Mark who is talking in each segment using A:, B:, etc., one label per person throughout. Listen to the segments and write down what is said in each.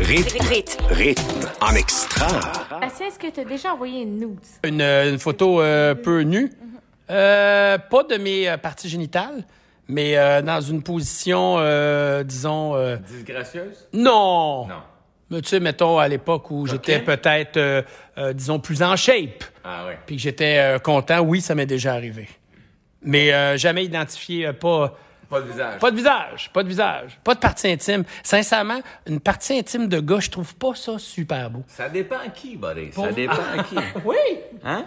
A: Rythme.
B: Rythme.
A: Rythme. En extra.
C: Bastien, est-ce que tu as déjà envoyé une nudes?
D: Une, euh, une photo euh, peu nue. Euh, pas de mes euh, parties génitales, mais euh, dans une position, euh, disons... euh,
E: Disgracieuse?
D: non!
E: Non.
D: Mais tu sais, mettons, à l'époque où j'étais peut-être, euh, euh, disons, plus en shape,
E: Ah ouais.
D: puis que j'étais euh, content, oui, ça m'est déjà arrivé. Mais euh, jamais identifié, euh, pas...
E: Pas de visage.
D: Pas de visage, pas de visage, pas de partie intime. Sincèrement, une partie intime de gars, je trouve pas ça super beau.
E: Ça dépend à qui, Boris. Ça dépend à qui.
D: Oui!
E: Hein?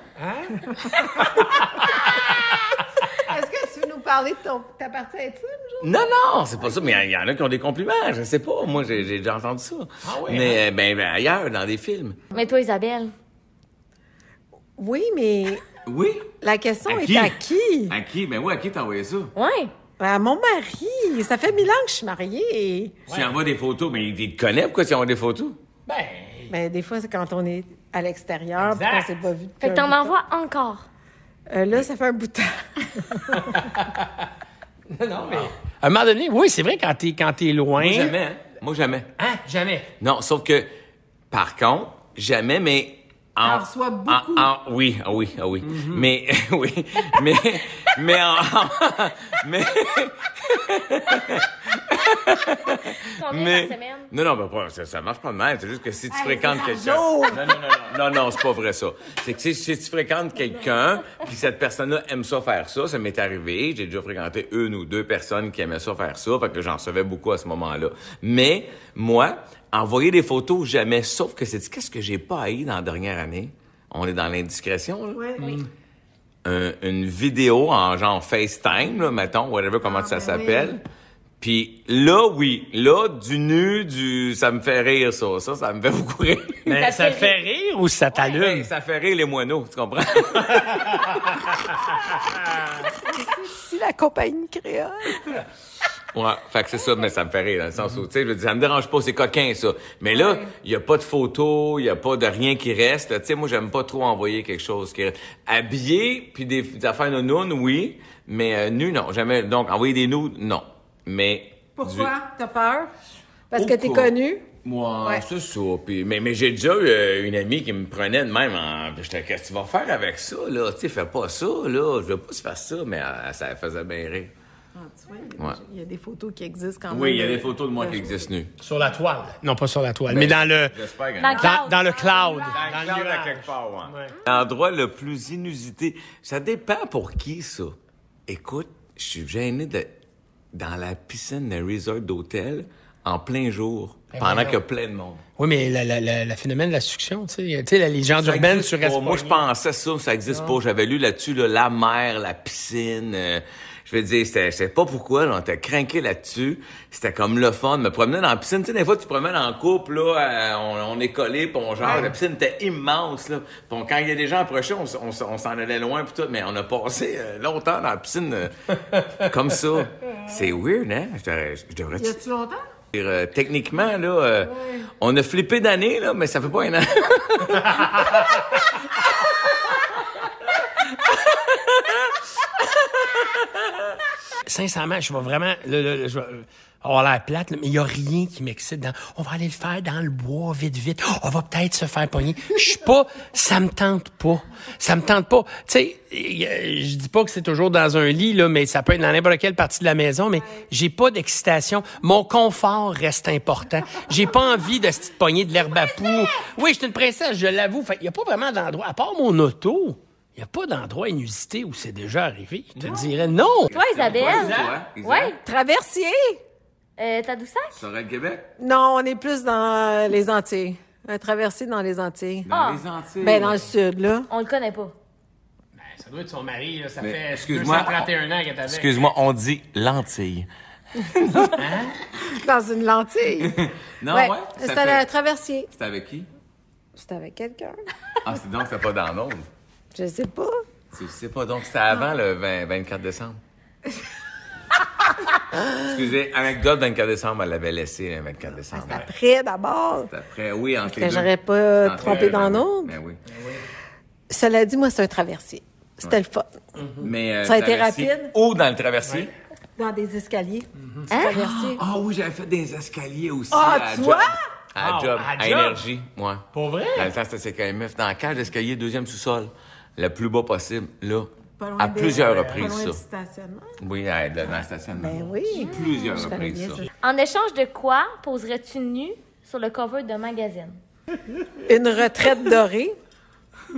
F: Est-ce que tu veux nous parler de ton, ta partie intime, genre?
E: Non, non, c'est pas ça. Mais il y en a qui ont des compliments. Je sais pas. Moi, j'ai j'ai déjà entendu ça. Ah oui? Mais euh, ben, ben, ailleurs, dans des films.
C: Mais toi, Isabelle,
F: Oui, mais
E: Oui?
F: la question
E: À
F: est
E: qui?
F: à qui?
E: À qui? Ben oui, à qui t'as envoyé ça?
C: ouais.
F: À mon mari. Ça fait mille ans que je suis mariée.
E: Tu envoies des photos, mais il il te connaît pourquoi tu envoies des photos?
D: Ben,
F: Ben, des fois, c'est quand on est à l'extérieur, puis
D: Exact.
F: qu'on s'est pas vu. depuis
C: Fait que t'en
F: un bout
C: envoies encore.
F: de temps. Euh, là, ça fait un bout de temps.
D: non, mais... Ah. À un moment donné, oui, c'est vrai, quand t'es, quand t'es loin...
E: Moi, jamais, hein? Moi, jamais.
D: Hein? Jamais.
E: Non, sauf que, par contre, jamais, mais.
F: T'en Ah, reçois beaucoup. Mhm.
E: en- en- oui, ah oui, ah oui. Mais, oui. Mais, mais, en, mais,
C: Combien
E: mais.
C: par semaine?
E: Non, non, ben, pas- ça, ça marche pas de même. C'est juste que si tu fréquentes
F: c'est
E: quelqu'un. Non, non, non, non, non, non, c'est pas vrai ça. C'est que si, si tu fréquentes quelqu'un, puis cette personne-là aime ça faire ça, ça m'est arrivé. J'ai déjà fréquenté une ou deux personnes qui aimaient ça faire ça, fait que j'en recevais beaucoup à ce moment-là. Mais, moi, envoyer des photos, jamais. Sauf que c'est qu'est-ce que j'ai pas haï dans la dernière année? On est dans l'indiscrétion, là. un- une vidéo en genre FaceTime, là, mettons, whatever, comment ça s'appelle. Puis là, oui, là, du nu, du... ça me fait rire, ça. Ça, ça me fait beaucoup rire.
D: Mais Euh, ça
C: Ça
D: te
C: te
D: fait rire ou ça t'allume?
E: Hey, ça fait rire les moineaux, tu comprends?
F: Si la compagnie créole.
E: ouais, fait que c'est ça, mais ça me fait rire, dans le sens où, tu sais, je veux dire, ça me dérange pas, c'est coquin, ça. Mais là, il y a pas de photos, il y a pas de rien qui reste. Tu sais, moi, j'aime pas trop envoyer quelque chose qui reste. Habillé, puis des, des affaires de nounes, oui, mais euh, nu, non, jamais. Donc, envoyer des nous, non. Mais... du-
F: T'as peur? Parce que t'es
E: Pourquoi?
F: connu?
E: Moi,
F: Ouais.
E: c'est ça. Puis, mais mais j'ai déjà eu euh, une amie qui me prenait de même. En... puis J'étais, qu'est-ce que tu vas faire avec ça, là? Tu sais, fais pas ça, là. Je veux pas se faire ça, mais euh, ça faisait bien rire. Ouais.
F: Il y a des photos qui existent quand même.
E: Oui, il y a des photos de moi qui existent nues.
D: Sur la toile. Non, pas sur la toile, mais, dans le...
E: J'espère que.
C: Dans-
D: Dans, dans le cloud.
E: Dans le
D: Dans le
E: cloud à
D: nuage.
E: quelque part, ouais. L'endroit le plus inusité. Ça dépend pour qui, ça. Écoute, je suis gêné de. Dans la piscine d'un resort d'hôtel, en plein jour, pendant
D: voyons.
E: qu'il y a plein de monde.
D: Oui, mais le la, la- le phénomène de la succion, tu sais, tu sais, la légende
E: Ça
F: Ben,
D: urbaine
E: existe
D: sur
E: pas. Moi, je pensais ça, ça existe pas. J'avais lu là-dessus, là, la mer, la piscine. euh, je veux dire, c'était- je sais pas pourquoi, là, on était craqué là-dessus. C'était comme le fun. de Me promener dans la piscine, tu sais, des fois, tu te promènes en couple, là, euh, on, on est collé, puis on genre, la piscine était immense, là. Puis on- quand il y a des gens approchés, on, s- on s- on s'en allait loin, puis tout, mais on a passé euh, longtemps dans la piscine euh, comme ça. C'est weird, hein? Je devrais- je devrais
F: Y a-tu longtemps?
E: dire, euh, techniquement, là, euh, on a flippé d'année, là, mais ça fait pas un an.
D: Sincèrement, je vais vraiment... là, là, là, je vais avoir l'air plate, là, mais il n'y a rien qui m'excite. Dans... On va aller le faire dans le bois, vite, vite. On va peut-être se faire pogner. Je suis pas... Ça me tente pas. Ça me tente pas. Tu sais, y- euh, je dis pas que c'est toujours dans un lit, là, mais ça peut être dans n'importe quelle partie de la maison, mais j'ai pas d'excitation. Mon confort reste important. J'ai pas envie de cette poignée de l'herbe à poux. Oui, je suis une princesse, je l'avoue. Il n'y a pas vraiment d'endroit, à part mon auto... Il n'y a pas d'endroit inusité où c'est déjà arrivé. Je te dirais non.
C: Toi, Isabelle?
E: Isa, Isa.
C: Ouais.
F: Traversier?
C: Euh, T'as d'où ça?
E: Sorel Québec?
F: Non, on est plus dans euh, les Antilles. Un traversier dans les Antilles.
E: Dans
C: Ah.
E: les Antilles.
F: Ben, dans le sud, là.
C: On le connaît pas.
D: Eh, Ça doit être son mari, là. ça
E: Mais
D: fait
E: excuse-moi,
D: 231 ans qu'elle est avec.
E: Excuse-moi, on dit lentilles.
F: Dans une lentille.
E: Non,
F: ouais.
E: ouais?
F: c'est
E: ça
F: un
E: fait-
F: traversier.
E: C'était avec qui?
F: C'était avec quelqu'un.
E: Ah, c'est donc, c'était pas dans l'ombre.
F: Je sais pas.
E: Tu sais pas, donc, c'était avant le 20 24 décembre. Excusez, anecdote, 24 décembre, elle l'avait laissé le 24 décembre. Ouais.
F: Après, d'abord.
E: C'est Après, oui, en
F: Ah, que j'aurais pas trompé dans l'ombre.
E: Ben oui.
F: Cela dit, moi, c'est un traversier. C'était le fun.
E: Mais, euh,
F: Ça a été
E: traversier
F: rapide.
E: Ou dans le traversier. Mm-hmm.
F: Dans des escaliers. Un Traversier.
D: Ah
E: Ah oui, j'avais fait des escaliers aussi.
F: Ah,
E: à
F: tu
E: Jo-
F: vois?
E: À
D: Wow,
E: job,
D: à
E: à,
D: job?
E: énergie, moi.
D: Pour vrai?
E: Dans le temps, c'était CKMF. Dans la cage d'escalier, deuxième sous-sol. Le plus bas possible, là.
F: Pas loin
E: À
F: des-
E: plusieurs
F: pas
E: reprises,
F: loin
E: ça.
F: du stationnement.
E: Oui, à, dans la stationnement.
F: Ben oui.
E: Plusieurs
F: Je connais bien
E: reprises, ça.
C: En échange de quoi poserais-tu nu sur le cover d'un magazine?
F: Une retraite dorée.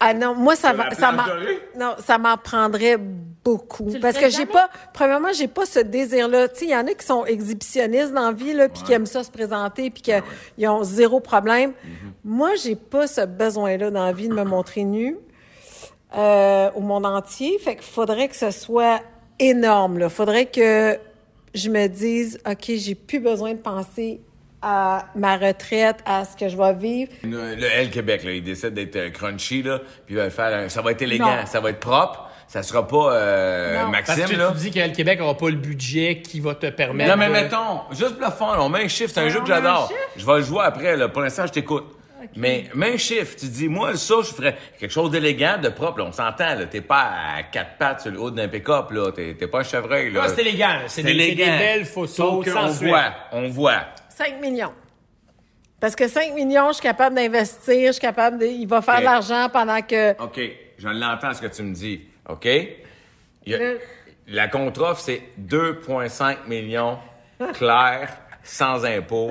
F: Ah non, moi ça va,
E: la
F: ça
E: planche
F: m'en-
E: dorée?
F: non, ça m'en prendrait beaucoup
C: Tu le
F: parce
C: ferais
F: que j'ai
C: jamais?
F: pas premièrement, j'ai pas ce désir là, tu sais, il y en a qui sont exhibitionnistes dans la vie là puis qui aiment ça se présenter
E: Ah
F: puis qu'ils ont zéro problème.
E: Mm-hmm.
F: Moi, j'ai pas ce besoin là dans la vie de me montrer nue euh, au monde entier, fait qu'il faudrait que ce soit énorme là, faudrait que je me dise OK, j'ai plus besoin de penser à ma retraite, à ce que je vais vivre.
E: Le, le L Québec, là, il décide d'être euh, crunchy, là, puis il va faire un- ça va être élégant,
F: Non.
E: ça va être propre, ça sera pas euh,
F: Non.
E: Maxime,
D: Parce que
E: là.
D: tu dis que le Québec n'aura pas le budget qui va te permettre.
E: Non, mais
D: de-
E: mettons, juste pour le fun, on met un shift, c'est un
F: Ouais,
E: jeu
F: on
E: que
F: met un
E: j'adore.
F: chiffre.
E: Je vais le jouer après, là. Pour l'instant, je t'écoute. Mais mets un shift, tu dis, moi, ça, je ferais quelque chose d'élégant, de propre, là. On s'entend, là. T'es pas à quatre pattes sur le haut d'un pick-up, là. T'es t'es pas un chevreuil, là.
D: Ah, c'est élégant, là. C'est des- c'est des belles photos
E: Sauf qu'on
D: sensuelles.
E: voit, on voit.
F: 5 millions. Parce que 5 millions, je suis capable d'investir, je suis capable de. Il va faire
E: Ok.
F: de l'argent pendant que.
E: OK, je l'entends ce que tu me dis. OK? Il y a-
F: Le-
E: La contre-offre, c'est 2,5 millions clairs, sans impôts,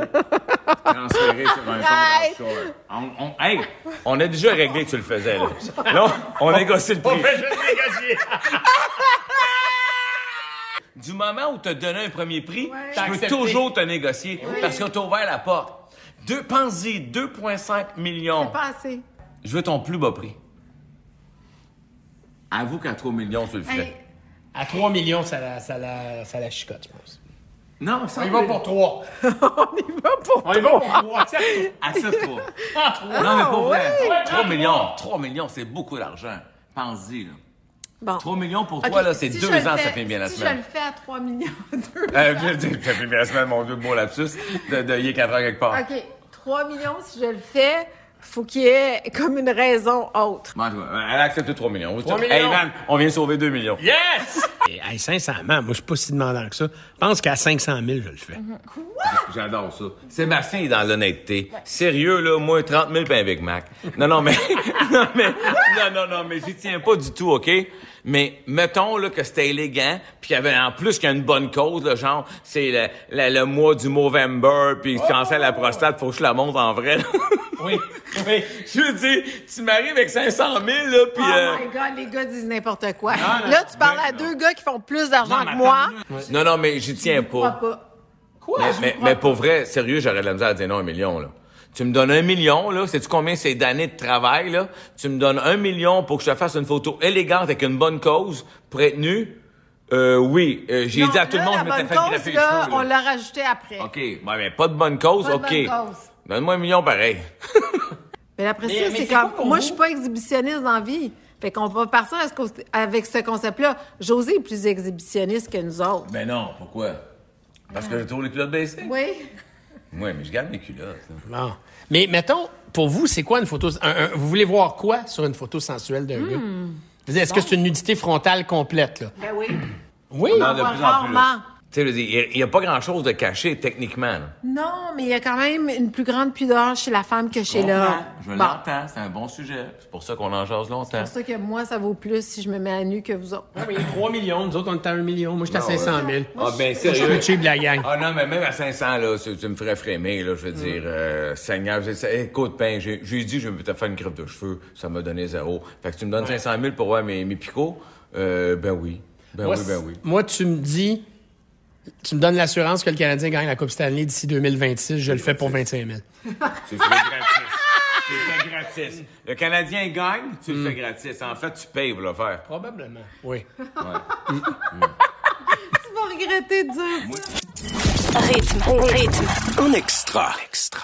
E: transférés sur un
F: Arrête!
E: compte offshore. On, on- hey, on a déjà réglé que tu le faisais, là. Là, on on négocie le prix. Du moment où tu as donné un premier prix,
D: T'as
E: tu peux
D: accepté.
E: toujours te négocier parce que tu as ouvert la porte. Deux, pense-y, 2,5 millions.
F: Pas assez.
E: Je veux ton plus bas prix. Avoue qu'à 3 millions, tu le ferais.
F: Hey.
D: À 3 millions, ça la, ça la, ça la chicote, je pense.
E: Non, ça
D: On y va pour 3.
F: On y va pour.
D: On y va pour 3.
E: À ce trois.
D: Ah, 3.
E: non, mais pour vrai.
F: ouais.
E: 3 millions. 3 millions, c'est beaucoup d'argent. Pense-y, là.
F: Bon.
E: 3 millions pour toi, là, c'est 2 ans, ça fait bien la semaine.
F: le fais à 3 millions, 2
E: Euh, je veux dire, ça fait bien la semaine, mon Dieu, beau lapsus. De, de, il est 4 heures quelque part.
F: OK. 3 millions, si je le fais, faut qu'il y ait comme une raison autre.
E: Bon, en tout cas, elle a accepté 3 millions.
D: 3
E: Hey,
D: millions.
E: man, on vient sauver 2 millions.
D: Yes! Et, hey, sincèrement, moi, je suis pas si demandant que ça. Je pense qu'à 500 000, je le fais.
E: J'adore ça. Sébastien est dans l'honnêteté. Sérieux, là, moi, 30 000 pains Big Mac. Non, non, mais, non, mais, non, non, non, mais j'y tiens pas du tout, OK? Mais mettons, là, que c'était élégant, puis qu'il y avait, en plus, qu'il y a une bonne cause, là, genre, c'est le, le, le mois du Movember, puis je cancelle la prostate, faut que je la monte en vrai, là.
D: Oui, oui.
E: Je veux dire, tu m'arrives avec 500 000, là, puis...
F: oh
E: euh,
F: my God, les gars disent n'importe quoi.
E: non,
F: là, tu parles
E: non,
F: à
E: non.
F: deux gars qui font plus d'argent
E: mais
F: que moi.
E: Non, non, mais j'y tiens
F: Je crois pas. Quoi?
E: Mais, mais, mais pour vrai, sérieux, j'aurais de la misère à dire non un million, là. Tu me donnes un million, là. Sais-tu combien c'est d'années de travail, là? Tu me donnes un million pour que je te fasse une photo élégante avec une bonne cause pour être nu? Euh, oui. Euh, J'ai
F: Non,
E: dit à tout le
F: là,
E: monde,
F: la
E: je m'étais
F: bonne
E: fait
F: cause,
E: graffer les
F: là,
E: cheveux,
F: on
E: là.
F: l'a rajouté après.
E: OK. Ouais, mais pas de bonne cause,
F: Pas de
E: OK.
F: bonne cause.
E: Donne-moi un million pareil.
F: Mais après
D: Mais-
F: ça,
D: mais
F: c'est
D: c'est quoi
F: comme.
D: pour
F: Moi,
D: vous?
F: je suis pas exhibitionniste dans la vie. Fait qu'on va partir à ce cons- avec ce concept-là. José est plus exhibitionniste que nous autres.
E: Ben non, pourquoi? Parce que j'ai toujours les culottes baissées?
F: Oui.
E: Oui, mais je garde mes culottes, là.
D: Bon. Mais mettons, pour vous, c'est quoi une photo... un- un- vous voulez voir quoi sur une photo sensuelle d'un gars? Je veux dire, Est-ce que c'est une nudité frontale complète, là?
F: Ben oui.
D: Hmm. Oui.
E: Non,
F: voit rarement.
E: Tu sais, je veux dire, il n'y a pas grand-chose de caché techniquement, là.
F: Non, mais il y a quand même une plus grande pudeur chez la femme que chez l'homme.
E: Je
F: Bon.
E: l'entends, c'est un bon sujet. C'est pour ça qu'on en jase longtemps.
F: C'est pour ça que moi, ça vaut plus si je me mets à nu que vous autres.
D: Ah oui, 3 millions. Nous autres, on est à 1 million. Moi, j'étais à
E: Non, ouais.
D: 500 000.
E: Ah, ben,
D: Je suis
E: sérieux.
D: le cheap de la gang.
E: Ah non, mais même à 500, là, tu, tu me ferais frémir, là, je
F: Mm.
E: veux dire, euh, Seigneur, j'ai- c'est- écoute, ben, j'ai j'ai dit, je vais peut-être faire une crève de cheveux, ça m'a donné zéro. Fait que tu me donnes 500 000 pour voir mes, mes picots, euh, ben oui, ben
D: Moi,
E: oui, ben oui.
D: Moi, tu me dis, tu me donnes l'assurance que le Canadien gagne la Coupe Stanley d'ici 2026. Je le fais pour 25 000.
E: Tu le fais gratis. tu le fais gratis. Le Canadien gagne, tu le fais gratis. En fait, tu payes pour le faire.
D: Probablement. Oui.
F: Tu vas regretter de dire ça.
A: En extra. extra.